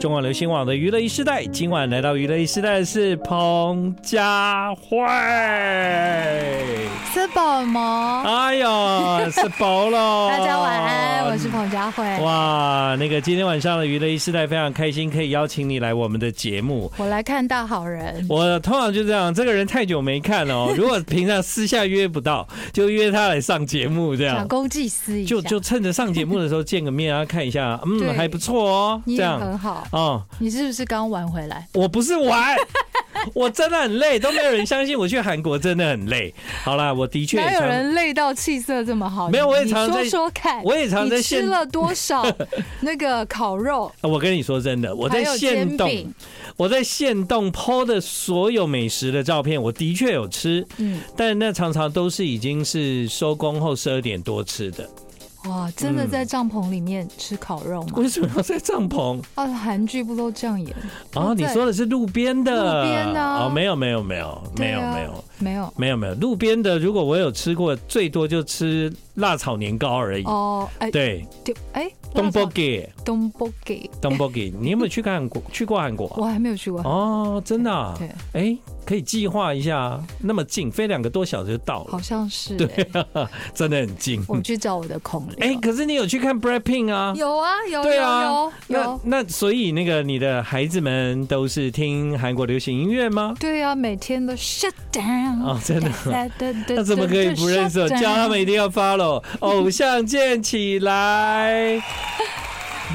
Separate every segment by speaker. Speaker 1: 中广流行网的娱乐一时代，今晚来到娱乐一时代的是彭佳慧。
Speaker 2: 吃饱吗？
Speaker 1: 哎 呀，是饱了。
Speaker 2: 大家晚安，我是彭佳慧。
Speaker 1: 哦哇，那个今天晚上的娱乐一时代非常开心，可以邀请你来我们的节目。
Speaker 2: 我来看大好人，
Speaker 1: 我通常就这样，这个人太久没看了 哦。如果平常私下约不到，就约他来上节目这
Speaker 2: 想
Speaker 1: 样。
Speaker 2: 公祭私一下，
Speaker 1: 就就趁着上节目的时候见个面啊，看一下，嗯，
Speaker 2: 对
Speaker 1: 还不错哦，
Speaker 2: 你
Speaker 1: 这
Speaker 2: 也
Speaker 1: 样
Speaker 2: 很好。
Speaker 1: 哦。
Speaker 2: 你是不是刚玩回来？
Speaker 1: 我不是玩， 我真的很累，都没有人相信我去韩国真的很累。好啦，我的确
Speaker 2: 哪
Speaker 1: 也
Speaker 2: 有
Speaker 1: 常
Speaker 2: 人累到气色这么好？
Speaker 1: 没有我也
Speaker 2: 你
Speaker 1: 常在
Speaker 2: 说说看，
Speaker 1: 我也常在
Speaker 2: 你吃
Speaker 1: 现
Speaker 2: 了多 少那个烤肉，
Speaker 1: 我跟你说真的，我
Speaker 2: 还
Speaker 1: 在
Speaker 2: 有
Speaker 1: 现
Speaker 2: 煎
Speaker 1: 动
Speaker 2: 饼，，
Speaker 1: 我在现动 PO 的所有美食的照片，我的确有吃，
Speaker 2: 嗯，
Speaker 1: 但那常常都是已经是收工后十二点多吃的。
Speaker 2: 哇，真的
Speaker 1: 嗯
Speaker 2: 在帐篷里面吃烤肉吗？
Speaker 1: 为什么要在帐篷？
Speaker 2: 啊，韩剧不都这样演？
Speaker 1: 哦，你
Speaker 2: 对
Speaker 1: 说的是路边的？
Speaker 2: 路边的啊
Speaker 1: 哦，没有没有没有没
Speaker 2: 对
Speaker 1: 有
Speaker 2: 啊
Speaker 1: 没有
Speaker 2: 没有
Speaker 1: 没有没有路边的，如果我有吃过，最多就吃辣炒年糕而已。
Speaker 2: 哦，哎，
Speaker 1: 对，
Speaker 2: 对，哎，
Speaker 1: 东波给。
Speaker 2: 东波给，
Speaker 1: 东波 给，你有没有去看韩国？去过韩国啊、
Speaker 2: 我还没有去过。
Speaker 1: 哦，真的、啊？
Speaker 2: 对，
Speaker 1: 哎、可以计划一下啊，那么近，飞两个多小时就到
Speaker 2: 好
Speaker 1: 了，
Speaker 2: 像是、
Speaker 1: 对
Speaker 2: 欸，
Speaker 1: 真的很近。
Speaker 2: 我去找我的孔刘。
Speaker 1: 哎、可是你有去看 Brad Pitt 啊？
Speaker 2: 有啊，有
Speaker 1: 对
Speaker 2: 有
Speaker 1: 啊
Speaker 2: 有
Speaker 1: 那
Speaker 2: 有，
Speaker 1: 那所以那个你的孩子们都是听韩国流行音乐吗？
Speaker 2: 对啊，每天都 shut down
Speaker 1: 哦真 的
Speaker 2: 哒哒哒
Speaker 1: 那怎么可以不认识？
Speaker 2: 哒
Speaker 1: 叫他们一定要 follow 偶像建起 来。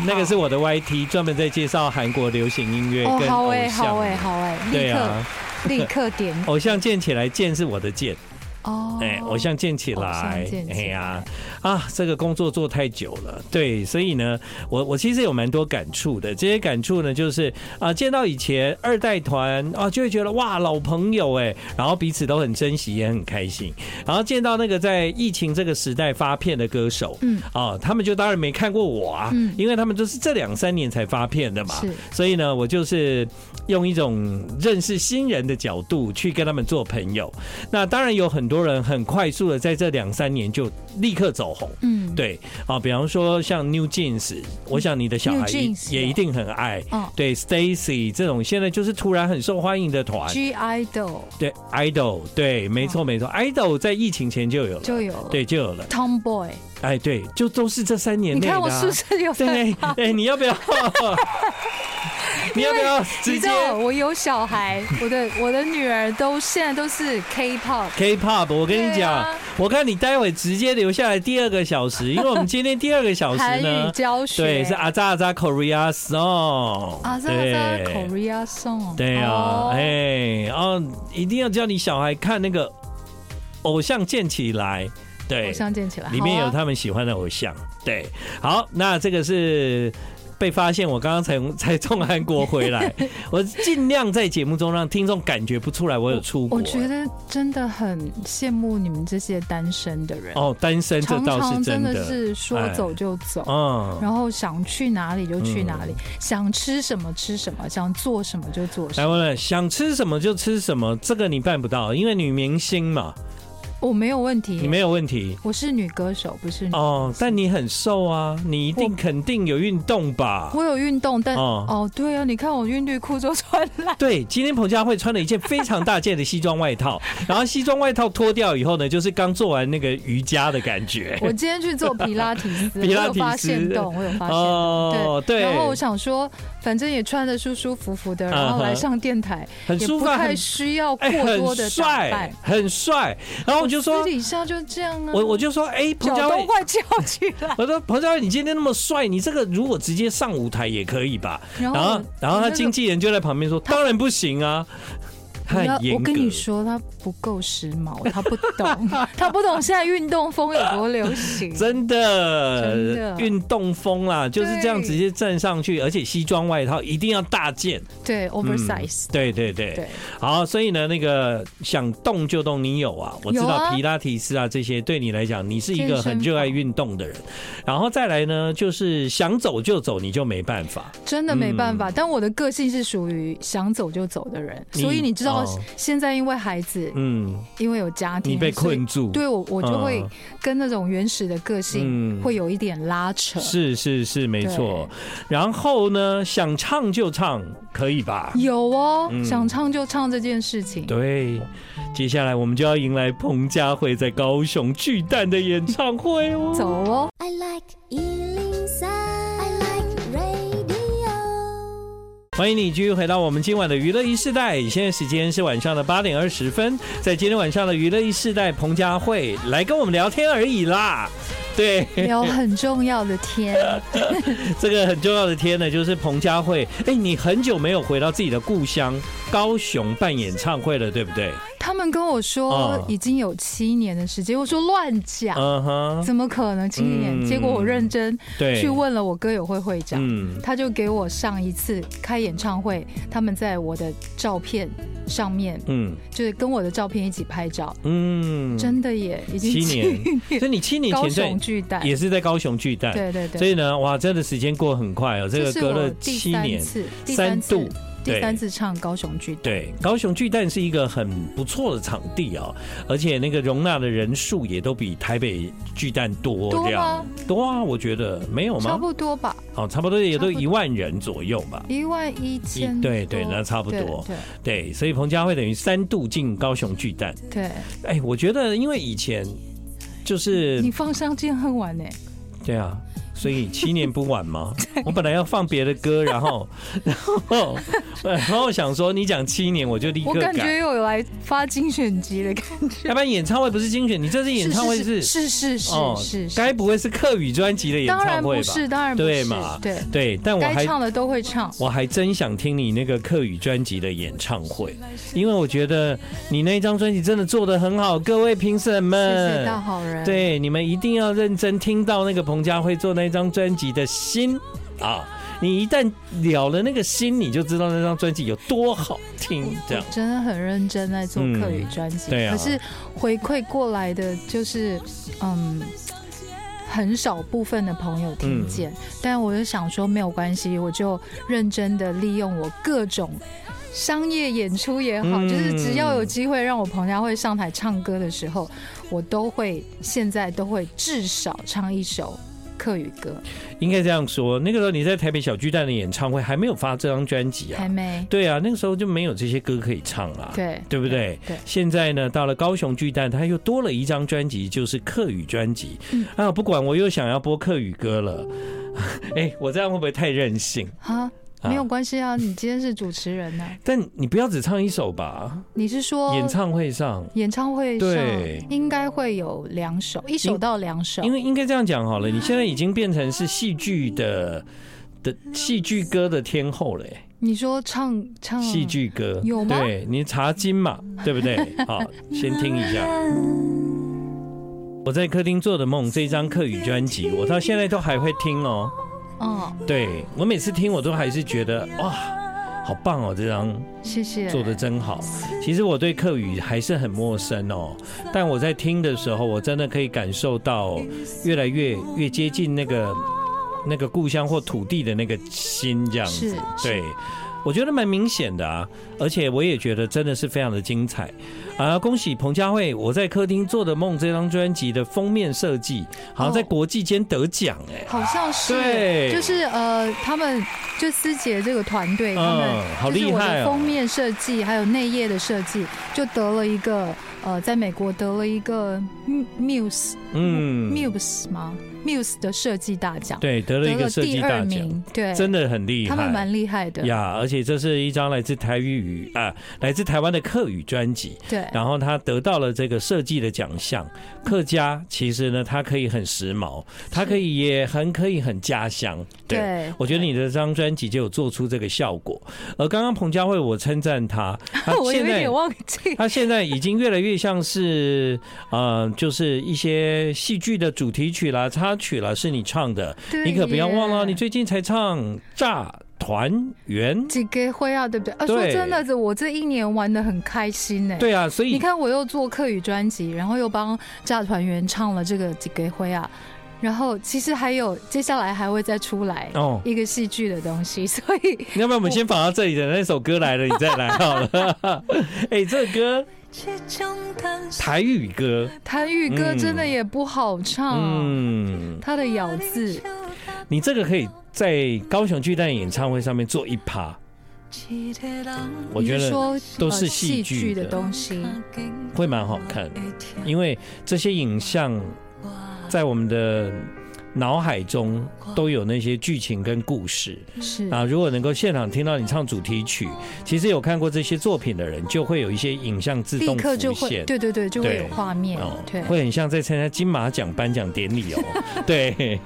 Speaker 1: 那个是我的 YT，专门在介绍韩国流行音乐
Speaker 2: 哦，
Speaker 1: 跟
Speaker 2: 好
Speaker 1: 偶
Speaker 2: 哎，好
Speaker 1: 像啊
Speaker 2: 哎，。好哎，
Speaker 1: 对
Speaker 2: 立
Speaker 1: 啊
Speaker 2: 刻，立刻 点
Speaker 1: 偶像建起来，建是我的建。
Speaker 2: 哦，
Speaker 1: 哎、偶像建起
Speaker 2: 偶
Speaker 1: 来
Speaker 2: 像，建起
Speaker 1: 哎呀，啊，这个工作做太久了，对，所以呢，我我其实有蛮多感触的。这些感触呢，就是啊，见到以前二代团啊，就会觉得哇，老朋友哎，然后彼此都很珍惜，也很开心。然后见到那个在疫情这个时代发片的歌手，
Speaker 2: 嗯
Speaker 1: 啊，他们就当然没看过我啊，
Speaker 2: 嗯
Speaker 1: 因为他们都是这两三年才发片的嘛，
Speaker 2: 是
Speaker 1: 所以呢，我就是用一种认识新人的角度去跟他们做朋友。那当然有很多人很快速的在这两三年就立刻走红。
Speaker 2: 嗯，
Speaker 1: 对啊，比方说像 New Jeans，我想你的小孩
Speaker 2: New
Speaker 1: 也
Speaker 2: Jeans
Speaker 1: 也一定很爱。
Speaker 2: 嗯
Speaker 1: 对 Stacy 这种现在就是突然很受欢迎的团，
Speaker 2: ，G Idol
Speaker 1: 对 idol，对，没错没错，idol 在疫情前就有了，
Speaker 2: 哦就有了
Speaker 1: 对就有了，
Speaker 2: Tomboy，
Speaker 1: 哎对，就都是这三年
Speaker 2: 你
Speaker 1: 内的、啊。
Speaker 2: 看我是不是有？
Speaker 1: 对，哎、 你要不要？你要不要直
Speaker 2: 你知
Speaker 1: 接
Speaker 2: 道我有小 孩，我的我的女儿都现在都是 K-pop，
Speaker 1: K-pop？我跟你
Speaker 2: 对
Speaker 1: 讲，
Speaker 2: 啊
Speaker 1: 我看你待会直接留下来第二个小 时，因为我们今天第二个小时
Speaker 2: 韩语
Speaker 1: 呢，
Speaker 2: 教学，
Speaker 1: 对，是阿扎阿扎 Korea Song，
Speaker 2: 啊，这
Speaker 1: 对
Speaker 2: 个 Korea song，
Speaker 1: 对啊
Speaker 2: 哦，
Speaker 1: 哎、哦，一定要叫你小孩看那个偶像建起来，对，
Speaker 2: 偶像建起来，
Speaker 1: 里面
Speaker 2: 好啊
Speaker 1: 有他们喜欢的偶像。对，好，那这个是。被发现，我刚刚才才从 韩国回 来，我尽量在节目中让听众感觉不出来我有出国。
Speaker 2: 我觉得真的很羡慕你们这些单身的人，
Speaker 1: 哦，单身这
Speaker 2: 常
Speaker 1: 倒是
Speaker 2: 常
Speaker 1: 真的，哎
Speaker 2: 的是说走就走。
Speaker 1: 嗯。
Speaker 2: 然后想去哪里就去哪里，想吃什么吃什么，想做什么就做什
Speaker 1: 来，
Speaker 2: 么。
Speaker 1: 问问想吃什么就吃什么，这个你办不到，因为女明星嘛，
Speaker 2: 我没有问
Speaker 1: 你
Speaker 2: 题，
Speaker 1: 没有问题
Speaker 2: 我是女歌手，不是女。
Speaker 1: 哦。但你很瘦啊，你一定肯定有运动吧？
Speaker 2: 我有运动，但
Speaker 1: 哦
Speaker 2: 哦对啊，你看我运绿裤都穿烂，
Speaker 1: 对，今天彭佳慧穿了一件非常大件的西装外 套，然后西装外套脱掉以后呢，就是刚做完那个瑜伽的感觉。
Speaker 2: 我今天去做皮拉提 斯，
Speaker 1: 皮拉
Speaker 2: 我有发
Speaker 1: 提斯
Speaker 2: 现动，我有发现动。
Speaker 1: 哦，对，
Speaker 2: 然后我想说，反正也穿的舒舒服服的，然
Speaker 1: 嗯
Speaker 2: 后
Speaker 1: 哼
Speaker 2: 来上电台，
Speaker 1: 很
Speaker 2: 也
Speaker 1: 舒
Speaker 2: 不
Speaker 1: 服啊，
Speaker 2: 太
Speaker 1: 很
Speaker 2: 需要过
Speaker 1: 哎，
Speaker 2: 多
Speaker 1: 很
Speaker 2: 的打扮
Speaker 1: 帅。，很帅。然后我哦就说
Speaker 2: 私，底下就这样啊，
Speaker 1: 我我就说，哎，彭
Speaker 2: 脚
Speaker 1: 佳
Speaker 2: 都
Speaker 1: 慧。
Speaker 2: 快翘起 来。
Speaker 1: 我说彭佳慧，你今天那么帅，你这个如果直接上舞台也可以吧？
Speaker 2: 然
Speaker 1: 然后
Speaker 2: 我，
Speaker 1: 然后
Speaker 2: 我那
Speaker 1: 他
Speaker 2: 个
Speaker 1: 经纪人就在旁边说：“当然不行啊，太
Speaker 2: 我要
Speaker 1: 严
Speaker 2: 我
Speaker 1: 格。
Speaker 2: 跟”你说，他不够时髦，他不 懂，他不懂现在运动风有多流行。
Speaker 1: 真
Speaker 2: 真
Speaker 1: 的
Speaker 2: 的，
Speaker 1: 运动风啦，就是这样
Speaker 2: 对
Speaker 1: 直接站上去，而且西装外套一定要大件
Speaker 2: 对，oversize，、
Speaker 1: 嗯对对对，
Speaker 2: 对，
Speaker 1: 好，所以呢，那个想动就动，你有啊？我知
Speaker 2: 有
Speaker 1: 道
Speaker 2: 啊
Speaker 1: 皮拉提斯啊这些，对你来讲，你是一个很热爱运动的人。然后再来呢，就是想走就走，你就没办法。
Speaker 2: 真的没办法。但我的个性是属于想走就走的人，
Speaker 1: 嗯你哦
Speaker 2: 所以你知道后现在因为孩子，
Speaker 1: 嗯，
Speaker 2: 因为有家庭，
Speaker 1: 你被
Speaker 2: 所以
Speaker 1: 困住，
Speaker 2: 对我，我就会
Speaker 1: 嗯
Speaker 2: 跟那种原始的个性
Speaker 1: 嗯
Speaker 2: 会有一点拉扯。
Speaker 1: 是是是，没错。然后呢，想唱就唱，可以吧？
Speaker 2: 有哦，
Speaker 1: 嗯
Speaker 2: 想唱就唱这件事情。
Speaker 1: 对，接下来我们就要迎来彭佳慧在高雄巨蛋的演唱会哦。
Speaker 2: 走哦，
Speaker 3: I like Ealing Sound. I like radio.
Speaker 1: 欢迎你继续回到我们今晚的娱乐一世代，现在时间是晚上的八点二十分。在今天晚上的娱乐一世代，彭佳慧来跟我们聊天而已啦。对，
Speaker 2: 聊很重要的 天，
Speaker 1: 这个很重要的天呢，就是彭佳慧。哎，你很久没有回到自己的故乡高雄办演唱会了，对不对？
Speaker 2: 他们跟我说
Speaker 1: 嗯
Speaker 2: 已经有七年的时间，我说乱讲，
Speaker 1: 嗯哼，
Speaker 2: 怎么可能七年？
Speaker 1: 嗯
Speaker 2: 结果我认真
Speaker 1: 对，
Speaker 2: 去问啊了我歌友会会长，
Speaker 1: 嗯，
Speaker 2: 他就给我上一次开演唱会，他们在我的照片上面，
Speaker 1: 嗯
Speaker 2: 就是跟我的照片一起拍照，
Speaker 1: 嗯，
Speaker 2: 真的耶，已经
Speaker 1: 七年，所以你七年
Speaker 2: 高
Speaker 1: 前
Speaker 2: 雄巨蛋
Speaker 1: 在，也是在高雄巨蛋，
Speaker 2: 对对对，
Speaker 1: 所以呢，哇，真的时间过很快哦，这个
Speaker 2: 是
Speaker 1: 隔
Speaker 2: 我
Speaker 1: 了
Speaker 2: 第
Speaker 1: 七
Speaker 2: 三
Speaker 1: 年，
Speaker 2: 次，第三
Speaker 1: 度
Speaker 2: 次，第
Speaker 1: 对
Speaker 2: 三次唱高雄巨蛋，
Speaker 1: 对，高雄巨蛋是一个很不错的场地哦，而且那个容纳的人数也都比台北巨蛋多，
Speaker 2: 多
Speaker 1: 这样
Speaker 2: 吗
Speaker 1: 多啊，我觉得没有
Speaker 2: 差
Speaker 1: 吗？
Speaker 2: 不多吧，
Speaker 1: 哦，差不多也都
Speaker 2: 差不多
Speaker 1: 一万人左右吧。
Speaker 2: 一万一千
Speaker 1: 一
Speaker 2: 多，
Speaker 1: 对对那差不多
Speaker 2: 对
Speaker 1: 对，所以彭佳慧等于三度进高雄巨蛋。
Speaker 2: 对，
Speaker 1: 哎，我觉得因为以前就
Speaker 2: 对
Speaker 1: 是
Speaker 2: 你放上剑很晚呢，
Speaker 1: 对啊，所以七年不晚 嘛。我本来要放别的歌，然后 然后 然后想说你讲七年，我就立
Speaker 2: 我
Speaker 1: 刻
Speaker 2: 感觉
Speaker 1: 改。
Speaker 2: 有来发精选集的感觉，
Speaker 1: 要不然演唱会不是精选，你这次 演唱会哦
Speaker 2: 是是是是是是，
Speaker 1: 该不会是客语专辑的演
Speaker 2: 当然
Speaker 1: 唱
Speaker 2: 不
Speaker 1: 会吧？
Speaker 2: 是，当然不
Speaker 1: 对
Speaker 2: 是
Speaker 1: 嘛
Speaker 2: 对，
Speaker 1: 对，但我
Speaker 2: 该
Speaker 1: 还
Speaker 2: 唱的都会唱，
Speaker 1: 我还真想听你那个客语专辑的演唱会，因为我觉得你那张专辑真的做的很好，各位评审
Speaker 2: 谢谢
Speaker 1: 们。
Speaker 2: 大好人，，
Speaker 1: 对，你们一定要认真听到那个彭佳慧做那张专辑的心啊！你一旦了了那个心，你就知道那张专辑有多好
Speaker 2: 嗯
Speaker 1: 听。这样，
Speaker 2: 真的很认真在做客语专辑，
Speaker 1: 嗯对啊
Speaker 2: 可是回馈过来的就是嗯。很少部分的朋友听
Speaker 1: 嗯
Speaker 2: 见，但我就想说没有关系，我就认真的利用我各种商业演出也好，
Speaker 1: 嗯
Speaker 2: 就是只要有机会让我彭佳慧上台唱歌的时候，我都会现在都会至少唱一首客语歌，
Speaker 1: 应该这样说。那个时候你在台北小巨蛋的演唱会还没有发这张专辑
Speaker 2: 还
Speaker 1: 啊？
Speaker 2: 没
Speaker 1: 对啊，那个时候就没有这些歌可以唱啊。
Speaker 2: 对
Speaker 1: 对不对？
Speaker 2: 对
Speaker 1: 现在呢，到了高雄巨蛋，他又多了一张专辑，就是客语专辑。
Speaker 2: 嗯
Speaker 1: 啊，不管我又想要播客语歌了。 哎，我这样会不会太任性？
Speaker 2: 哈。
Speaker 1: 啊
Speaker 2: 没有关系啊，你今天是主持人呢、啊
Speaker 1: 但你不要只唱一首吧，
Speaker 2: 你是说
Speaker 1: 演唱会上。
Speaker 2: 演唱会上
Speaker 1: 对
Speaker 2: 应该会有两首，一首到两首，
Speaker 1: 因为应该这样讲好了，
Speaker 2: 嗯
Speaker 1: 你现在已经变成是戏剧的的戏剧歌的天后了耶，
Speaker 2: 你说唱唱
Speaker 1: 戏剧歌
Speaker 2: 嗯有吗嗯
Speaker 1: 对你查金嘛，对不对？ 好，先听一下。我在客厅做的梦这一张客语专辑，我到现在都还会听哦。
Speaker 2: 哦，
Speaker 1: 对我每次听，我都还是觉得哇，好棒哦，这张
Speaker 2: 谢谢。
Speaker 1: 做的真好。其实我对客语还是很陌生哦，但我在听的时候，我真的可以感受到越来越越接近那个那个故乡或土地的那个心，这样
Speaker 2: 是
Speaker 1: 子。对，我觉得蛮明显的啊，而且我也觉得真的是非常的精彩啊！恭喜彭佳慧，我在客厅做的梦这张专辑的封面设计，好像在
Speaker 2: 哦
Speaker 1: 国际间得奖哎、
Speaker 2: 好像是，
Speaker 1: 对
Speaker 2: 就是呃，他们就思杰这个团队，他们
Speaker 1: 嗯，好
Speaker 2: 就是
Speaker 1: 厉
Speaker 2: 我
Speaker 1: 害
Speaker 2: 的封
Speaker 1: 哦！
Speaker 2: 面设计还有内页的设计，就得了一个呃，在美国得了一个 Muse
Speaker 1: 嗯，
Speaker 2: Muse 吗？Muse 的设计大奖，
Speaker 1: 对，得了一
Speaker 2: 得
Speaker 1: 个
Speaker 2: 了
Speaker 1: 设计
Speaker 2: 第
Speaker 1: 大
Speaker 2: 二
Speaker 1: 奖，
Speaker 2: 名，对，
Speaker 1: 真的很厉害。
Speaker 2: 他们蛮厉害的，
Speaker 1: 呀而且这是一张来自台语语啊，来自台湾的客语专辑。
Speaker 2: 对，
Speaker 1: 然后他得到了这个设计的奖项。客家其实呢，它可以很时髦，它可以也很可以很家乡。
Speaker 2: 对
Speaker 1: 我觉得你的这张专辑就有做出这个效果。而刚刚彭佳慧，我称赞她，她
Speaker 2: 我有
Speaker 1: 现
Speaker 2: 一
Speaker 1: 在
Speaker 2: 点忘记，
Speaker 1: 他现在已经越来越像是，呃，就是一些戏剧的主题曲啦、插曲啦，是你唱的，
Speaker 2: 对
Speaker 1: 你可不要忘了，啊
Speaker 2: 耶
Speaker 1: 你最近才唱《炸团圆》。
Speaker 2: 几个会啊，对不对？啊，说
Speaker 1: 对
Speaker 2: 真的，这我这一年玩的很开心呢、，
Speaker 1: 对啊，所
Speaker 2: 哎你
Speaker 1: 以
Speaker 2: 看我又做客语专辑，然后又帮炸团员唱了这个几个会啊，然后其实还有接下来还会再出来
Speaker 1: 哦，
Speaker 2: 一个戏剧的东西，所以
Speaker 1: 要不然我们先放到这里，等那首歌来了你再来好了。 哎，这个歌台语歌，
Speaker 2: 谭玉歌真的也不好唱，
Speaker 1: 嗯，
Speaker 2: 他的咬字
Speaker 1: 你这个可以在高雄巨蛋演唱会上面做一趴，我觉
Speaker 2: 你是
Speaker 1: 得
Speaker 2: 说
Speaker 1: 都是
Speaker 2: 呃
Speaker 1: 戏
Speaker 2: 戏
Speaker 1: 剧
Speaker 2: 剧
Speaker 1: 的
Speaker 2: 的东西，
Speaker 1: 会蛮好看的，因为这些影像在我们的脑海中都有那些剧情跟故事。
Speaker 2: 是
Speaker 1: 啊，如果能够现场听到你唱主题曲，其实有看过这些作品的人，就会有一些影像自
Speaker 2: 立
Speaker 1: 动
Speaker 2: 刻就
Speaker 1: 浮
Speaker 2: 会，
Speaker 1: 现。
Speaker 2: 对对对，就会
Speaker 1: 对
Speaker 2: 有画面
Speaker 1: 哦，，
Speaker 2: 嗯对。
Speaker 1: 会很像在参加金马奖颁奖典礼 哦。对，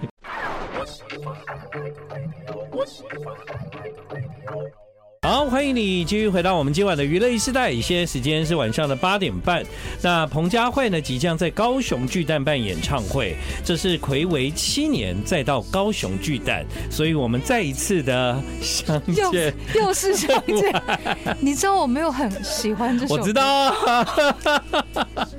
Speaker 1: 好，欢迎你继续回到我们今晚的娱乐一时代，现在时间是晚上的八点半。那彭佳慧呢，即将在高雄巨蛋办演唱会，这是暌违七年再到高雄巨蛋，所以我们再一次的相
Speaker 2: 又
Speaker 1: 见。
Speaker 2: 又是相 见，你知道我没有很喜欢这首，
Speaker 1: 我知，道啊，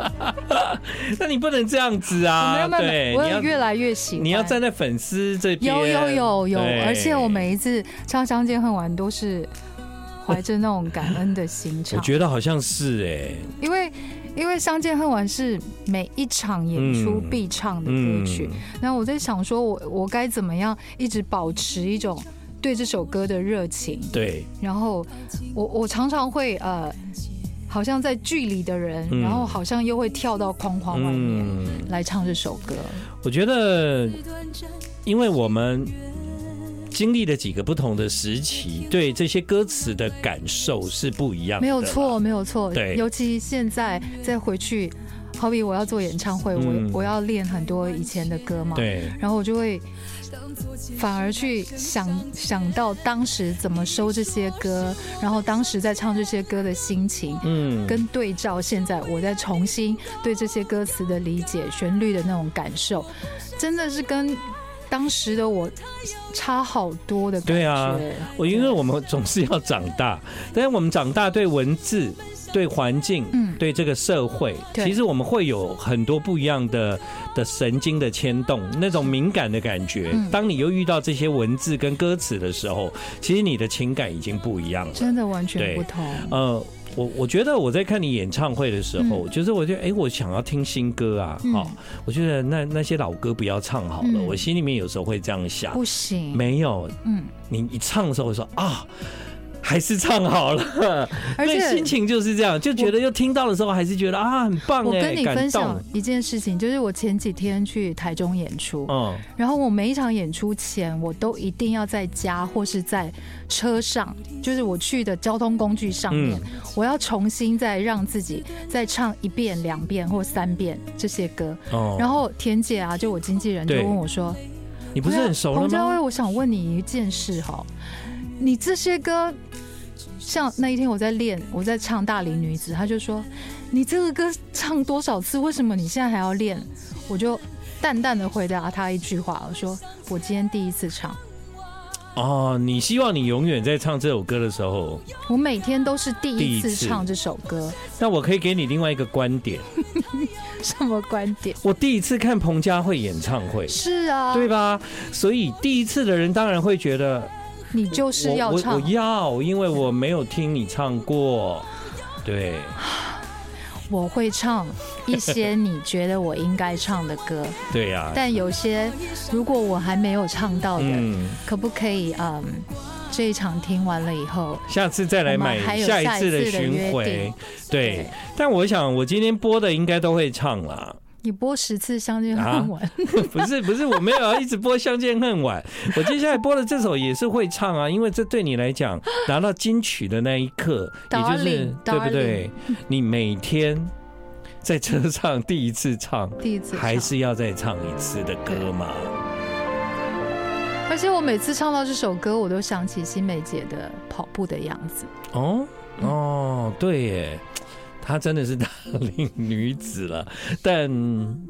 Speaker 1: 那你不能这样子
Speaker 2: 我哦没
Speaker 1: 啊！
Speaker 2: 有没有没
Speaker 1: 对，
Speaker 2: 有，我
Speaker 1: 你
Speaker 2: 有
Speaker 1: 要
Speaker 2: 越来越喜欢。
Speaker 1: 你要站在粉丝这边，
Speaker 2: 有有有有，
Speaker 1: 对
Speaker 2: 而且我每一次唱《相见恨晚》都是怀着那种感恩的心
Speaker 1: 我
Speaker 2: 唱，
Speaker 1: 觉得好像是哎，
Speaker 2: 因为因为《相见恨晚》是每一场演出
Speaker 1: 嗯
Speaker 2: 必唱的歌
Speaker 1: 嗯，
Speaker 2: 曲，那我在想说我我该怎么样一直保持一种对这首歌的热情，
Speaker 1: 对，
Speaker 2: 然后我我常常会呃，好像在剧里的人，
Speaker 1: 嗯
Speaker 2: 然后好像又会跳到框框外面、
Speaker 1: 嗯，
Speaker 2: 来唱这首歌。
Speaker 1: 我觉得，因为我们经历了几个不同的时期，对这些歌词的感受是不一样的，
Speaker 2: 没有错，，没有错。
Speaker 1: 对
Speaker 2: 尤其现在再回去，好比我要做演唱会，
Speaker 1: 嗯
Speaker 2: 我我要练很多以前的歌嘛。。
Speaker 1: 对，
Speaker 2: 然后我就会反而去想想到当时怎么收这些歌，然后当时在唱这些歌的心情，
Speaker 1: 嗯，
Speaker 2: 跟对照现在我在重新对这些歌词的理解、旋律的那种感受，真的是跟当时的我差好多的感觉。
Speaker 1: 对啊我因为我们总是要长大，但是我们长大对文字、对环境、
Speaker 2: 嗯
Speaker 1: 对这个社会，
Speaker 2: 对
Speaker 1: 其实我们会有很多不一样的的神经的牵动，那种敏感的感觉。
Speaker 2: 嗯
Speaker 1: 当你又遇到这些文字跟歌词的时候，其实你的情感已经不一样了。
Speaker 2: 真的完全
Speaker 1: 对
Speaker 2: 不同。
Speaker 1: 呃，我我觉得我在看你演唱会的时候，就是我觉得哎、诶我想要听新歌啊，
Speaker 2: 嗯
Speaker 1: 哦，我觉得那那些老歌不要唱好了，
Speaker 2: 嗯
Speaker 1: 我心里面有时候会这样想
Speaker 2: 不，行，
Speaker 1: 没有，
Speaker 2: 嗯，
Speaker 1: 你一唱的时候我说啊。还是唱好了，
Speaker 2: 而
Speaker 1: 对
Speaker 2: 且
Speaker 1: 心情就是这样，就觉得又听到的时候，还是觉得啊，很棒
Speaker 2: 我
Speaker 1: 哎，
Speaker 2: 跟你
Speaker 1: 感
Speaker 2: 分享
Speaker 1: 动，
Speaker 2: 一件事情，就是我前几天去台中演出，
Speaker 1: 嗯，
Speaker 2: 然后我每一场演出前，我都一定要在家或是在车上，就是我去的交通工具上面，
Speaker 1: 嗯
Speaker 2: 我要重新再让自己再唱一遍、两遍或三遍这些歌。
Speaker 1: 哦，
Speaker 2: 然后田姐啊，就我经纪人就
Speaker 1: 对
Speaker 2: 问我说啊
Speaker 1: 你：“不是很熟了
Speaker 2: 彭佳慧，
Speaker 1: 吗？
Speaker 2: 我想问你一件事哈，你这些歌，像那一天我在练，我在唱《大龄女子》，她就说你这个歌唱多少次？为什么你现在还要练？我就淡淡的回答她一句话，我说我今天第一次唱，
Speaker 1: 哦，你希望你永远在唱这首歌的时候，
Speaker 2: 我每天都是第
Speaker 1: 第一
Speaker 2: 一次
Speaker 1: 次
Speaker 2: 唱这首歌，
Speaker 1: 那我可以给你另外一个观点。
Speaker 2: 什么观点？
Speaker 1: 我第一次看彭佳慧演唱会，
Speaker 2: 是啊，
Speaker 1: 对吧？所以第一次的人当然会觉得
Speaker 2: 你就是要
Speaker 1: 我我
Speaker 2: 唱
Speaker 1: 我。要，因为我没有听你唱过。对，
Speaker 2: 我会唱一些你觉得我应该唱的歌，
Speaker 1: 对呀、
Speaker 2: 但有些如果我还没有唱到的，
Speaker 1: 嗯，
Speaker 2: 可不可以嗯，这一场听完了以后，
Speaker 1: 下次再来买
Speaker 2: 我们还有
Speaker 1: 下一次
Speaker 2: 下一
Speaker 1: 的
Speaker 2: 次的
Speaker 1: 巡
Speaker 2: 约
Speaker 1: 回
Speaker 2: 定。
Speaker 1: 对，但我想我今天播的应该都会唱啦。
Speaker 2: 你播十次《相见
Speaker 1: 啊
Speaker 2: 恨晚》
Speaker 1: 不是不是，我没有要一直播《相见恨晚》，我接下来播的这首也是会唱啊，因为这对你来讲，拿到金曲的那一刻，也就是
Speaker 2: Darling，
Speaker 1: 对不对？你每天在车上第一次唱，
Speaker 2: 第 一次唱
Speaker 1: 还，是要再唱一次的歌嘛？
Speaker 2: 而且我每次唱到这首歌，我都想起新梅姐的跑步的样子。
Speaker 1: 哦哦，对耶，她真的是大
Speaker 2: 嗯
Speaker 1: 龄女子了，但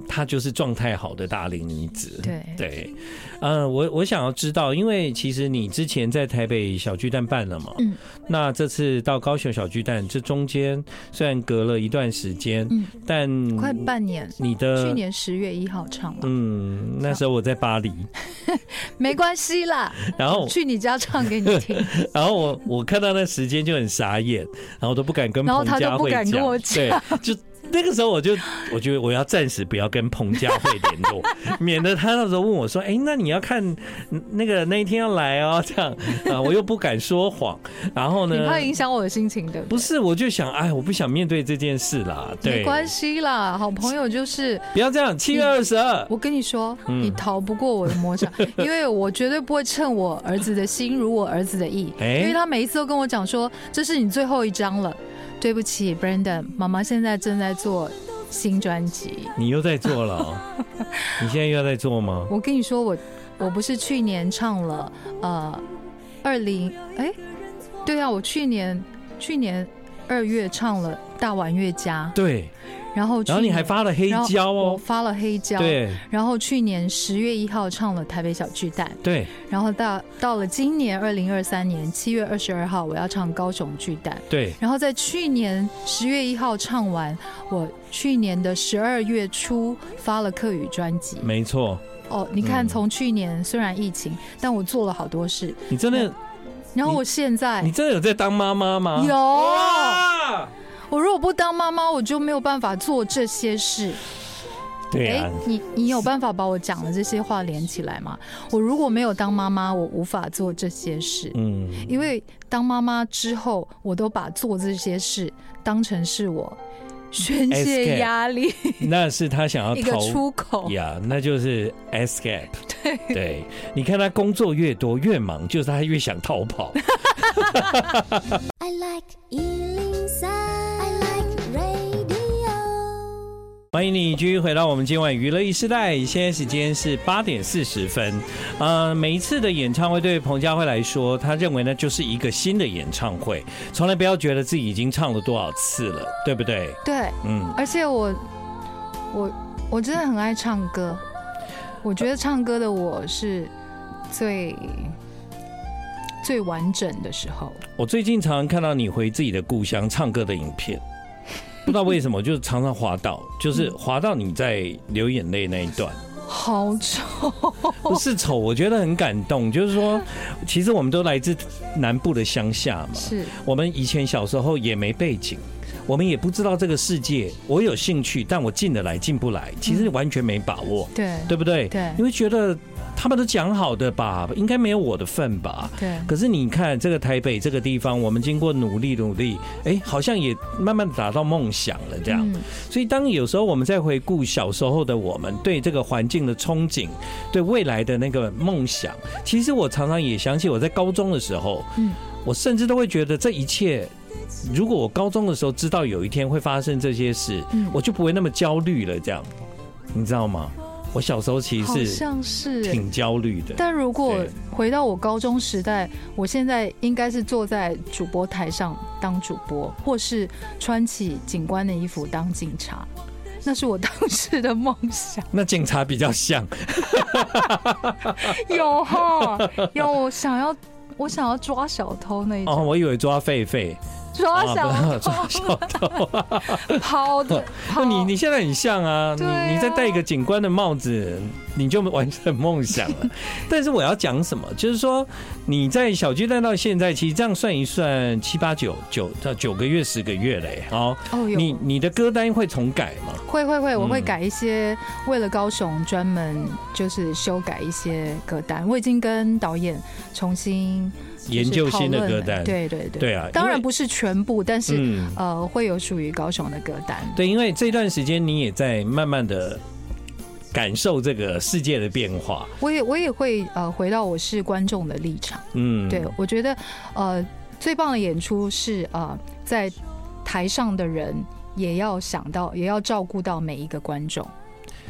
Speaker 1: 她就是状态好的大龄女子。
Speaker 2: 对
Speaker 1: 对，呃，我我想要知道，因为其实你之前在台北小巨蛋办了嘛，
Speaker 2: 嗯，
Speaker 1: 那这次到高雄小巨蛋，这中间虽然隔了一段时间，
Speaker 2: 嗯，
Speaker 1: 但
Speaker 2: 快半年，
Speaker 1: 你的
Speaker 2: 去年十月一号唱了，
Speaker 1: 嗯，那时候我在巴 黎，
Speaker 2: 没关系啦，
Speaker 1: 然后
Speaker 2: 去你家唱给你 听。
Speaker 1: 然后我我看到那时间就很傻眼，然后都不敢跟
Speaker 2: 然后
Speaker 1: 彭
Speaker 2: 他
Speaker 1: 佳
Speaker 2: 都不
Speaker 1: 慧
Speaker 2: 敢
Speaker 1: 讲，
Speaker 2: 跟我
Speaker 1: 对，就那个时候我就我觉得我要暂时不要跟彭佳慧联 络，免得他到时候问我说，哎、那你要看嗯那个那一天要来哦，这样啊，我又不敢说谎，然后
Speaker 2: 你
Speaker 1: 呢，
Speaker 2: 怕影响我的心情，对不
Speaker 1: 不
Speaker 2: 对？
Speaker 1: 是，我就想，哎，我不想面对这件事啦，对
Speaker 2: 没，关系啦，好朋友就是
Speaker 1: 不要这样，七月二十二。
Speaker 2: 我跟你说，
Speaker 1: 嗯
Speaker 2: 你逃不过我的 魔掌，因为我绝对不会趁我儿子的心如我儿子的意，
Speaker 1: 哎
Speaker 2: 因为他每一次都跟我讲说这是你最后一张了，对不起，Brandon，妈妈现在正在做新专辑。
Speaker 1: 你又在做了 哦、你现在又在做吗？
Speaker 2: 我跟你说，我我不是去年唱了呃二零哎，对啊，我去年去年二月唱了大碗乐家，
Speaker 1: 对，
Speaker 2: 然后去
Speaker 1: 然后你
Speaker 2: 年
Speaker 1: 还发了黑
Speaker 2: 然后
Speaker 1: 胶
Speaker 2: 我
Speaker 1: 哦，
Speaker 2: 发了黑胶，
Speaker 1: 对
Speaker 2: 然后去年十月一号唱了台北小巨蛋，
Speaker 1: 对
Speaker 2: 然后到到了今年二零二三年七月二十二号，我要唱高雄巨蛋。
Speaker 1: 对，
Speaker 2: 然后在去年十月一号唱完，我去年的十二月初发了客语专辑。
Speaker 1: 没错，
Speaker 2: 哦，你看，
Speaker 1: 嗯
Speaker 2: 从去年虽然疫情，但我做了好多事。
Speaker 1: 你真的
Speaker 2: 然后
Speaker 1: 你
Speaker 2: 我现在
Speaker 1: 嗯你啊真的有在当妈妈吗？
Speaker 2: 哎
Speaker 1: 啊
Speaker 2: 有
Speaker 1: 哇
Speaker 2: 我如果不当妈妈，我就没有办法做这些事。
Speaker 1: 对
Speaker 2: 哎、
Speaker 1: 啊，
Speaker 2: 你你有办法把我讲的这些话连起来吗？我如果没有当妈妈，我无法做这些事，
Speaker 1: 嗯，
Speaker 2: 因为当妈妈之后，我都把做这些事当成是我宣
Speaker 1: Escape
Speaker 2: 泄压力
Speaker 1: 那是他想要
Speaker 2: 一个
Speaker 1: 投
Speaker 2: 出口。
Speaker 1: 呀，那就是 escape。对对，你看他工作越多越忙，就是他越想逃 跑。
Speaker 3: I like Ealing Sound. I like radio.
Speaker 1: 欢迎你继续回到我们今晚娱乐一时代，现在时间是八点四十分。呃，每一次的演唱会对彭佳慧来说，她认为呢就是一个新的演唱会，从来不要觉得自己已经唱了多少次了，对不对？
Speaker 2: 对，
Speaker 1: 嗯，
Speaker 2: 而且我我我真的很爱唱歌，我觉得唱歌的我是最最完整的时候。
Speaker 1: 我最近常常看到你回自己的故乡唱歌的影片，不知道为什么，就是常常滑到，就是滑到你在流眼泪那一段，
Speaker 2: 好丑，
Speaker 1: 不是丑，我觉得很感动。就是说，其实我们都来自南部的乡下嘛，
Speaker 2: 是
Speaker 1: 我们以前小时候也没背景。我们也不知道这个世界，我有兴趣，但我进得来进不来，其实完全没把握，
Speaker 2: 对
Speaker 1: 对不对？
Speaker 2: 对
Speaker 1: 你会觉得他们都讲好的吧，应该没有我的份吧？
Speaker 2: 对
Speaker 1: 可是你看这个台北这个地方，我们经过努力努力，哎，好像也慢慢达到梦想了这样。
Speaker 2: 嗯
Speaker 1: 所以当有时候我们在回顾小时候的我们对这个环境的憧憬，对未来的那个梦想，其实我常常也想起我在高中的时候，
Speaker 2: 嗯
Speaker 1: 我甚至都会觉得这一切。如果我高中的时候知道有一天会发生这些事，
Speaker 2: 嗯
Speaker 1: 我就不会那么焦虑了。这样，你知道吗？我小时候其
Speaker 2: 好
Speaker 1: 实是
Speaker 2: 像是欸。
Speaker 1: 挺焦虑的。
Speaker 2: 但如果
Speaker 1: 对
Speaker 2: 回到我高中时代，我现在应该是坐在主播台上当主播，或是穿起警官的衣服当警察，那是我当时的梦想。
Speaker 1: 那警察比较像，
Speaker 2: 嗯有哈，有我想要，我想要抓小偷那一
Speaker 1: 哦，
Speaker 2: 种，
Speaker 1: 我以为抓狒狒，
Speaker 2: 抓
Speaker 1: 啊
Speaker 2: 小
Speaker 1: 不是抓
Speaker 2: 哦 偷
Speaker 1: 小偷。
Speaker 2: 跑的
Speaker 1: 那
Speaker 2: 跑。
Speaker 1: 你你现在很像啊，
Speaker 2: 对啊
Speaker 1: 你你再戴一个警官的帽子，你就完成梦想 了。但是我要讲什么，就是说你在小巨蛋到现在，其实这样算一算，七八九九到九个月、十个月嘞。好，
Speaker 2: 哦有
Speaker 1: 你你的歌单会重改吗？
Speaker 2: 会会会，我会
Speaker 1: 嗯
Speaker 2: 改一些为了高雄专门就是修改一些歌单，我已经跟导演重新就是
Speaker 1: 研究新的
Speaker 2: 讨论了
Speaker 1: 歌单
Speaker 2: 对对对，
Speaker 1: 对啊，
Speaker 2: 当然
Speaker 1: 因为
Speaker 2: 不是全部，但是、
Speaker 1: 嗯，
Speaker 2: 呃会有属于高雄的歌单。
Speaker 1: 对，因为这段时间你也在慢慢的感受这个世界的变化。
Speaker 2: 我也我也会呃回到我是观众的立场，
Speaker 1: 嗯，
Speaker 2: 对我觉得呃最棒的演出是呃在台上的人也要想到，也要照顾到每一个观众。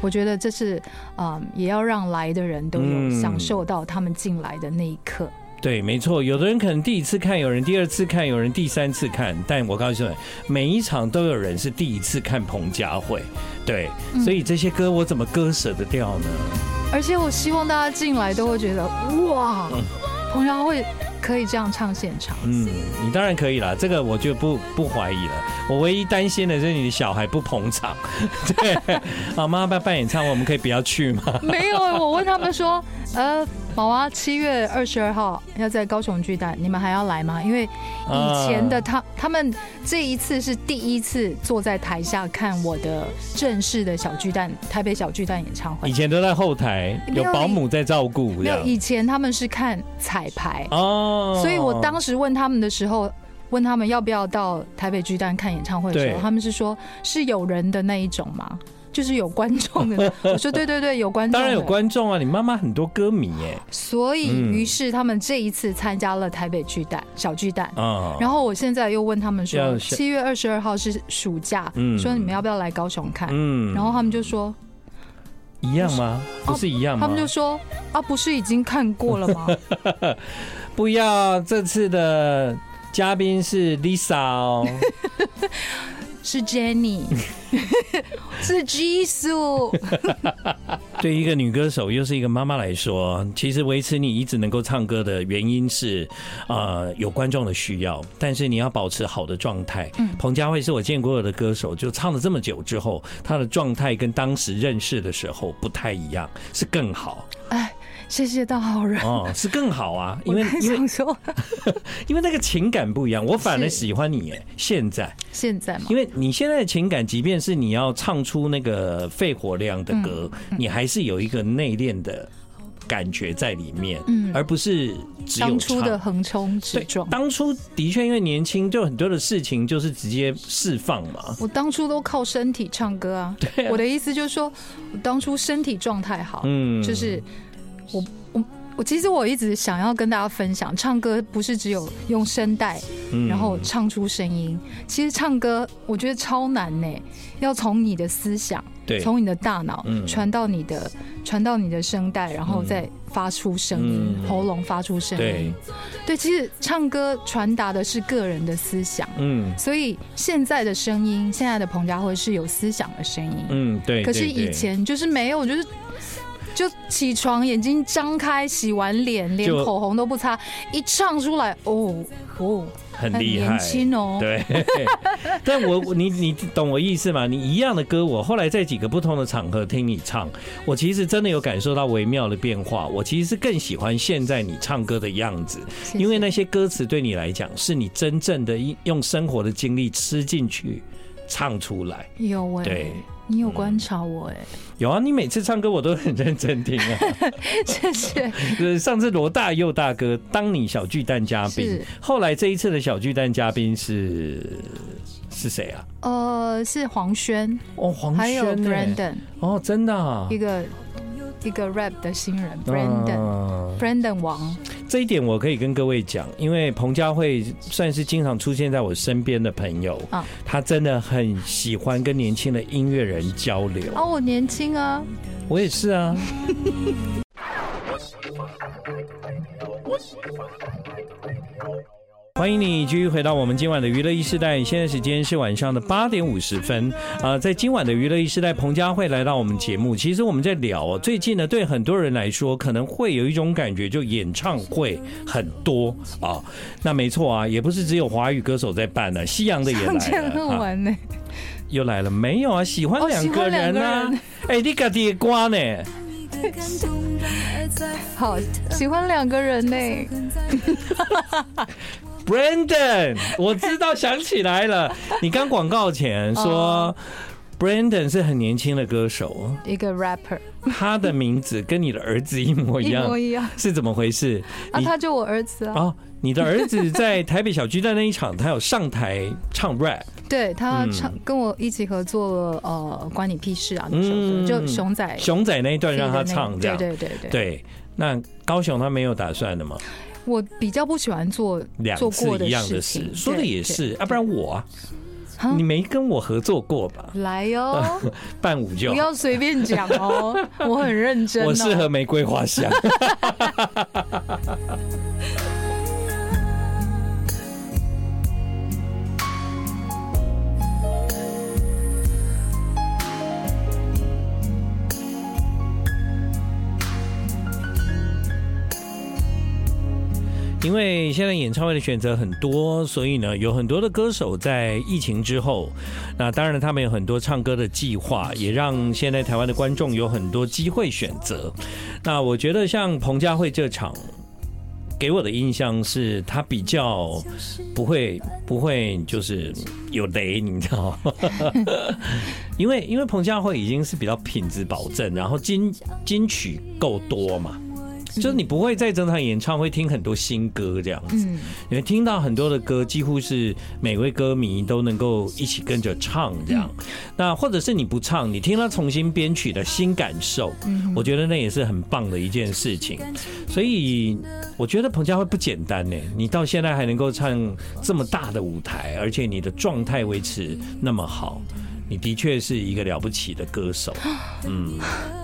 Speaker 2: 我觉呃得这是，嗯，也要让来的人都有
Speaker 1: 嗯
Speaker 2: 享受到他们进来的那一刻。
Speaker 1: 对，没错，有的人可能第一次看，有人第二次看，有人第三次看，但我告诉你，每一场都有人是第一次看彭佳慧，对，
Speaker 2: 嗯
Speaker 1: 所以这些歌我怎么割舍得掉呢？
Speaker 2: 而且我希望大家进来都会觉得哇，彭佳慧可以这样唱现场。
Speaker 1: 嗯，你当然可以啦，这个我就不不怀疑了。我唯一担心的是你的小孩不捧场， 对，啊，妈妈办办演唱会，我们可以不要去 吗？
Speaker 2: 没有，我问他们说，呃，宝啊，七月二十二号要在高雄巨蛋，你们还要来吗？因为以前
Speaker 1: 啊
Speaker 2: 的他，他们这一次是第一次坐在台下看我的正式的小巨蛋，台北小巨蛋演唱会
Speaker 1: 以。前都在后台，有保姆在照顾，这
Speaker 2: 没有，
Speaker 1: 样
Speaker 2: 以前他们是看彩排，
Speaker 1: 哦
Speaker 2: 所以我当时问他们的时候。问他们要不要到台北巨蛋看演唱会的时候，
Speaker 1: 对
Speaker 2: 他们是说是有人的那一种吗？就是有观 众的。我说对对对，有观众。
Speaker 1: 当然有。观众啊，你妈妈很多歌迷耶，
Speaker 2: 所以，
Speaker 1: 嗯
Speaker 2: 于是他们这一次参加了台北巨蛋小巨蛋。
Speaker 1: 啊，
Speaker 2: 然后我现在又问他们
Speaker 1: 要
Speaker 2: 说，
Speaker 1: 是
Speaker 2: 七月二十二号是暑假，
Speaker 1: 嗯
Speaker 2: 说你们要不要来高雄看？
Speaker 1: 嗯
Speaker 2: 然后他们就说，
Speaker 1: 一样吗？不是一样吗？
Speaker 2: 他们就说啊，不是已经看过了 吗？
Speaker 1: 不要，这次的嘉宾是 Lisa 哦，
Speaker 2: 是 Jenny，是 Jisoo。
Speaker 1: 对一个女歌手，又是一个妈妈来说，其实维持你一直能够唱歌的原因是，呃，有观众的需要，但是你要保持好的状态。
Speaker 2: 嗯
Speaker 1: 彭佳慧是我见过的歌手，就唱了这么久之后，她的状态跟当时认识的时候不太一样，是更好
Speaker 2: 哎，谢谢大好人。
Speaker 1: 哦，是更好 啊，因
Speaker 2: 我
Speaker 1: 为
Speaker 2: 在
Speaker 1: 因为
Speaker 2: 想说，
Speaker 1: 因为那个情感不一样，我反而
Speaker 2: 是
Speaker 1: 喜欢你耶，现在。
Speaker 2: 现在嘛，
Speaker 1: 因为你现在的情感，即便是你要唱出那个肺活量的歌，
Speaker 2: 嗯
Speaker 1: 你还是有一个内敛的感觉在里面，
Speaker 2: 嗯
Speaker 1: 而不是只有
Speaker 2: 当初的
Speaker 1: 唱。
Speaker 2: 横冲
Speaker 1: 对
Speaker 2: 直撞，，
Speaker 1: 当初的确因为年轻，就很多的事情就是直接释放嘛。
Speaker 2: 我当初都靠身体唱歌啊。
Speaker 1: 对啊
Speaker 2: 我的意思就是说，我当初身体状态好，
Speaker 1: 嗯
Speaker 2: 就是我我我其实我一直想要跟大家分享，唱歌不是只有用声带，
Speaker 1: 嗯
Speaker 2: 然后唱出声音。其实唱歌我觉得超难呢、要从你的思想，
Speaker 1: 对，
Speaker 2: 从你的大脑
Speaker 1: 嗯
Speaker 2: 传到你的传到你的声带，然后再发出声音，
Speaker 1: 嗯
Speaker 2: 喉咙发出声
Speaker 1: 对
Speaker 2: 音。，对，其实唱歌传达的是个人的思想。
Speaker 1: 嗯
Speaker 2: 所以现在的声音，现在的彭佳慧是有思想的声音，
Speaker 1: 嗯，对。
Speaker 2: 可是
Speaker 1: 对对
Speaker 2: 以前就是没有，就是就起床眼睛张开，洗完脸，连
Speaker 1: 就
Speaker 2: 口红都不擦，一唱出来，哦哦，
Speaker 1: 很
Speaker 2: 很
Speaker 1: 厉
Speaker 2: 年
Speaker 1: 害，
Speaker 2: 轻 哦。
Speaker 1: 对， 但我我你你懂我意思吗？你一样的歌，我后来在几个不同的场合听你唱，我其实真的有感受到微妙的变化。我其实是更喜欢现在你唱歌的样子，
Speaker 2: 谢谢
Speaker 1: 因为那些歌词对你来讲，是你真正的一用生活的经历吃进去。唱出来，
Speaker 2: 有哎、
Speaker 1: 对
Speaker 2: 你有观察我哎、
Speaker 1: 有啊！你每次唱歌我都很认真听 啊。
Speaker 2: 谢谢。
Speaker 1: 就是上次罗大佑大哥当你小巨蛋嘉宾
Speaker 2: 是，
Speaker 1: 后来这一次的小巨蛋嘉宾是是谁啊？
Speaker 2: 呃，是黄轩，
Speaker 1: 哦，黄
Speaker 2: 还有
Speaker 1: 轩呢
Speaker 2: Brandon，
Speaker 1: 哦，真的、啊
Speaker 2: 一个一个 rap 的新人 Brandon。
Speaker 1: 嗯
Speaker 2: Brandon 王，
Speaker 1: 这一点我可以跟各位讲，因为彭佳慧算是经常出现在我身边的朋友，
Speaker 2: 啊
Speaker 1: 她真的很喜欢跟年轻的音乐人交流。
Speaker 2: 啊，我年轻啊，
Speaker 1: 我也是啊。欢迎你继续回到我们今晚的娱乐一时代，现在时间是晚上的八点五十分。啊、在今晚的娱乐一时代，彭佳慧来到我们节目。其实我们在聊哦，最近呢，对很多人来说，可能会有一种感觉，就演唱会很多啊、那没错啊，也不是只有华语歌手在办呢、西洋的 也来
Speaker 2: 唱前
Speaker 1: 了
Speaker 2: 很。
Speaker 1: 啊
Speaker 2: 玩呢、
Speaker 1: 又来了没有啊？喜欢
Speaker 2: 哦
Speaker 1: 两
Speaker 2: 喜
Speaker 1: 个
Speaker 2: 欢两
Speaker 1: 人
Speaker 2: 个
Speaker 1: 啊
Speaker 2: 人！
Speaker 1: 哎、你家己的歌呢？
Speaker 2: 好，喜欢两个人呢、
Speaker 1: Brandon，我知道，想起来 了，你刚广告前说。Brandon 是很年轻的歌手，
Speaker 2: 一个 rapper
Speaker 1: 他的名字跟你的儿子一模哦一
Speaker 2: 一
Speaker 1: 样
Speaker 2: 模，一样
Speaker 1: 是怎么回事？
Speaker 2: 啊，
Speaker 1: 你
Speaker 2: 他就我儿子啊，
Speaker 1: 哦，你的儿子在台北小巨蛋那一场，他有上台唱 rap，
Speaker 2: 对他
Speaker 1: 嗯
Speaker 2: 唱跟我一起合作了呃，关你屁事啊那首歌，
Speaker 1: 嗯
Speaker 2: 就熊仔
Speaker 1: 熊仔那一段让他唱，这
Speaker 2: 对
Speaker 1: 样
Speaker 2: 对对对，
Speaker 1: 对。那高雄他没有打算的嘛，
Speaker 2: 我比较不喜欢做
Speaker 1: 两
Speaker 2: 做
Speaker 1: 次
Speaker 2: 过的
Speaker 1: 一样的
Speaker 2: 事情
Speaker 1: 事，说的
Speaker 2: 对
Speaker 1: 也
Speaker 2: 对嗯
Speaker 1: 是，啊，不然我啊
Speaker 2: 哈
Speaker 1: 你没跟我合作过吧？
Speaker 2: 来哟、
Speaker 1: 伴舞就
Speaker 2: 不要随便讲 哦，我很认真、哦。
Speaker 1: 我适合玫瑰花香。因为现在演唱会的选择很多，所以呢，有很多的歌手在疫情之后，那当然他们有很多唱歌的计划，也让现在台湾的观众有很多机会选择。那我觉得像彭佳慧这场，给我的印象是她比较不会不会就是有雷，你知道吗？ 因为因为彭佳慧已经是比较品质保证，然后金金曲够多嘛。就是你不会在整场演唱会听很多新歌这样子，
Speaker 2: 嗯，
Speaker 1: 你会听到很多的歌，几乎是每位歌迷都能够一起跟着唱这样。
Speaker 2: 嗯
Speaker 1: 那或者是你不唱，你听他重新编曲的新感受，
Speaker 2: 嗯
Speaker 1: 我觉得那也是很棒的一件事情。所以我觉得彭佳慧不简单呢，你到现在还能够唱这么大的舞台，而且你的状态维持那么好。你的确是一个了不起的歌 手，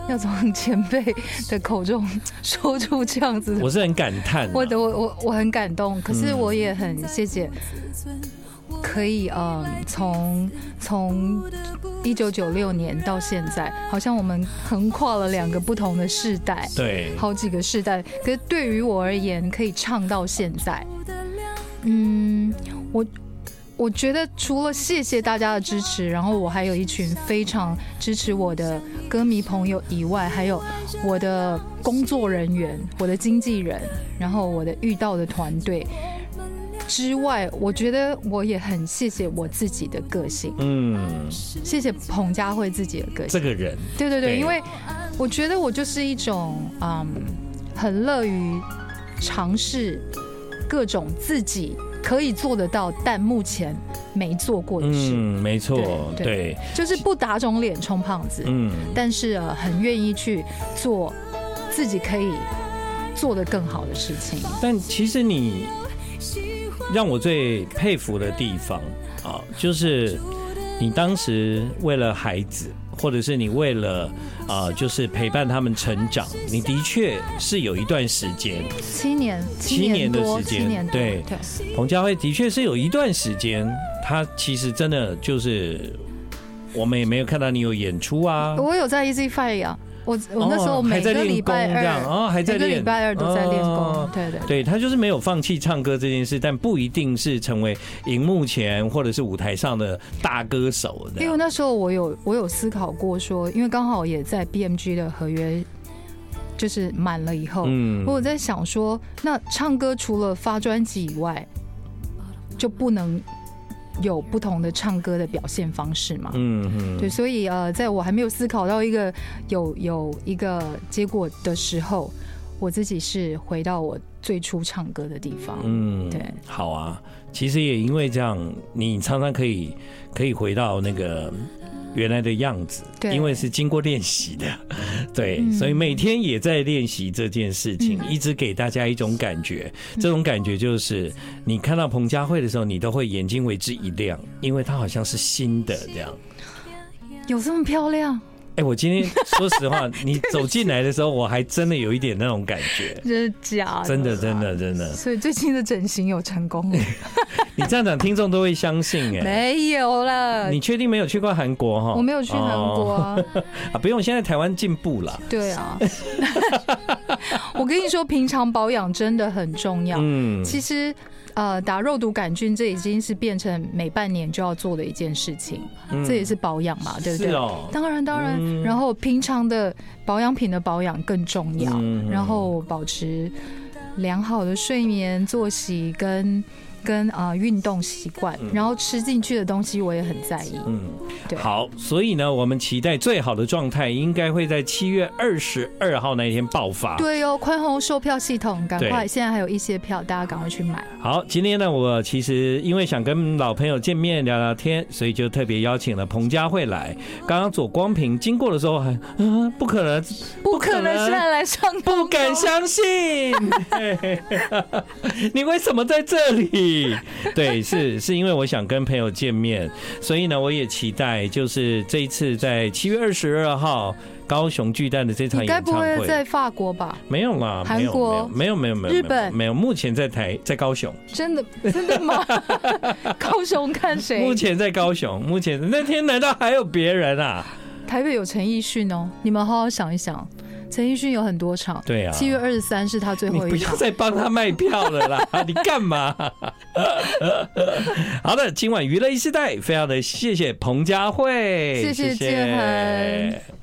Speaker 2: 要从前辈的口中说出这样子的
Speaker 1: 我嗯是很感叹啊、
Speaker 2: 我的我我我很感动，可是我也很谢谢，可以嗯，从从一九九六年到现在，好像我们横跨了两个不同的世代，
Speaker 1: 对，
Speaker 2: 好几个世代。可是对于我而言，可以唱到现在，嗯，我。我觉得除了谢谢大家的支持，然后我还有一群非常支持我的歌迷朋友以外，还有我的工作人员、我的经纪人，然后我的遇到的团队之外，我觉得我也很谢谢我自己的个性，
Speaker 1: 嗯，
Speaker 2: 谢谢彭佳慧自己的个性
Speaker 1: 这。个人，
Speaker 2: 对对对，
Speaker 1: 对
Speaker 2: 因为我觉得我就是一种嗯，很乐于尝试各种自己可以做得到，但目前没做过的事，
Speaker 1: 嗯，没错，
Speaker 2: 对
Speaker 1: 对，
Speaker 2: 就是不打肿脸充胖子，
Speaker 1: 嗯，
Speaker 2: 但是呃，很愿意去做自己可以做得更好的事情。
Speaker 1: 但其实你让我最佩服的地方啊，就是你当时为了孩子，或者是你为了啊、就是陪伴他们成长，你的确是有一段时间，
Speaker 2: 七年，
Speaker 1: 七年
Speaker 2: 年
Speaker 1: 的
Speaker 2: 多，
Speaker 1: 时间
Speaker 2: 七年多
Speaker 1: 对
Speaker 2: 对，
Speaker 1: 彭佳慧的确是有一段时间，她其实真的就是。我们也没有看到你有演出啊，
Speaker 2: 我有在 Easy Fire 啊，我我那时候
Speaker 1: 哦还
Speaker 2: 每
Speaker 1: 在
Speaker 2: 个
Speaker 1: 练
Speaker 2: 礼拜
Speaker 1: 功这样
Speaker 2: 二，
Speaker 1: 哦，还在
Speaker 2: 每个
Speaker 1: 练，
Speaker 2: 礼拜二都在练功
Speaker 1: 哦，
Speaker 2: 对对。
Speaker 1: 对他就是没有放弃唱歌这件事，但不一定是成为荧幕前或者是舞台上的大歌手的
Speaker 2: 因为。那时候我有我有思考过说，因为刚好也在 BMG 的合约就是满了以后，
Speaker 1: 嗯
Speaker 2: 我有在想说，那唱歌除了发专辑以外，就不能有不同的唱歌的表现方式嘛？
Speaker 1: 嗯嗯，
Speaker 2: 对，所以呃，在我还没有思考到一个有有一个结果的时候，我自己是回到我最初唱歌的地方。
Speaker 1: 嗯，
Speaker 2: 对，
Speaker 1: 好啊。其实也因为这样，你常常可以可以回到那个原来的样子，
Speaker 2: 对
Speaker 1: 因为是经过练习的， 对，
Speaker 2: 嗯
Speaker 1: 所以每天也在练习这件事情，
Speaker 2: 嗯
Speaker 1: 一直给大家一种感觉，这种感觉就是你看到彭佳慧的时候，你都会眼睛为之一亮，因为她好像是新的这样。
Speaker 2: 有这么漂亮？
Speaker 1: 哎、我今天说实话，你走进来的时候，我还真的有一点那种感觉，
Speaker 2: 真的假的？
Speaker 1: 真的，真。的，真的。
Speaker 2: 所以最近的整形有成功了。
Speaker 1: 你这样讲，听众都会相信哎、
Speaker 2: 没有了，
Speaker 1: 你确定没有去过韩国哈？
Speaker 2: 我没有去韩国
Speaker 1: 哦
Speaker 2: 啊。
Speaker 1: 啊，不用，现在台湾进步了。
Speaker 2: 对啊， 我跟你说，平常保养真的很重要。
Speaker 1: 嗯，
Speaker 2: 其实，呃，打肉毒杆菌这已经是变成每半年就要做的一件事情，
Speaker 1: 嗯
Speaker 2: 这也是保养嘛，对不
Speaker 1: 是
Speaker 2: 对？
Speaker 1: 哦，
Speaker 2: 当然，当然。
Speaker 1: 嗯
Speaker 2: 然后平常的保养品的保养更重要，
Speaker 1: 嗯
Speaker 2: 然后保持良好的睡眠作息跟跟啊、呃运动习惯，然后吃进去的东西我也很在意。
Speaker 1: 嗯，
Speaker 2: 对
Speaker 1: 好，所以呢，我们期待最好的状态应该会在七月二十二号那一天爆发。
Speaker 2: 对哦，宽宏售票系统，赶
Speaker 1: 啊对
Speaker 2: 快，现在还有一些票，大家赶快去买。
Speaker 1: 好，今天呢，我其实因为想跟老朋友见面聊聊天，所以就特别邀请了彭佳慧来。刚刚左光平经过的时候还，啊，不可能，
Speaker 2: 不可能是来来上，
Speaker 1: 不敢相信，嘿嘿嘿你为什么在这里？以 对，是是因为我想跟朋友见面，所以呢，我也期待就是这一次在七月二十二号高雄巨蛋的这场
Speaker 2: 你
Speaker 1: 演
Speaker 2: 该
Speaker 1: 唱
Speaker 2: 不会在
Speaker 1: 会。
Speaker 2: 法国吧？
Speaker 1: 没有啦，没有
Speaker 2: 韩国
Speaker 1: 没有没有没有没有
Speaker 2: 日本
Speaker 1: 没有，目前在台在高雄，
Speaker 2: 真的真的 吗？高雄看谁
Speaker 1: 目？前在高雄，目前那天难道还有别人啊？
Speaker 2: 台北有陈奕迅哦，你们好好想一想。陈奕迅有很多场，
Speaker 1: 对啊
Speaker 2: 七月二十三是他最
Speaker 1: 你
Speaker 2: 后
Speaker 1: 不
Speaker 2: 一
Speaker 1: 要
Speaker 2: 场。
Speaker 1: 再帮他卖票了啦！ 你干嘛？好的，今晚娱乐一时代，非常的谢谢彭佳慧，
Speaker 2: 谢谢
Speaker 1: 谢
Speaker 2: 建恒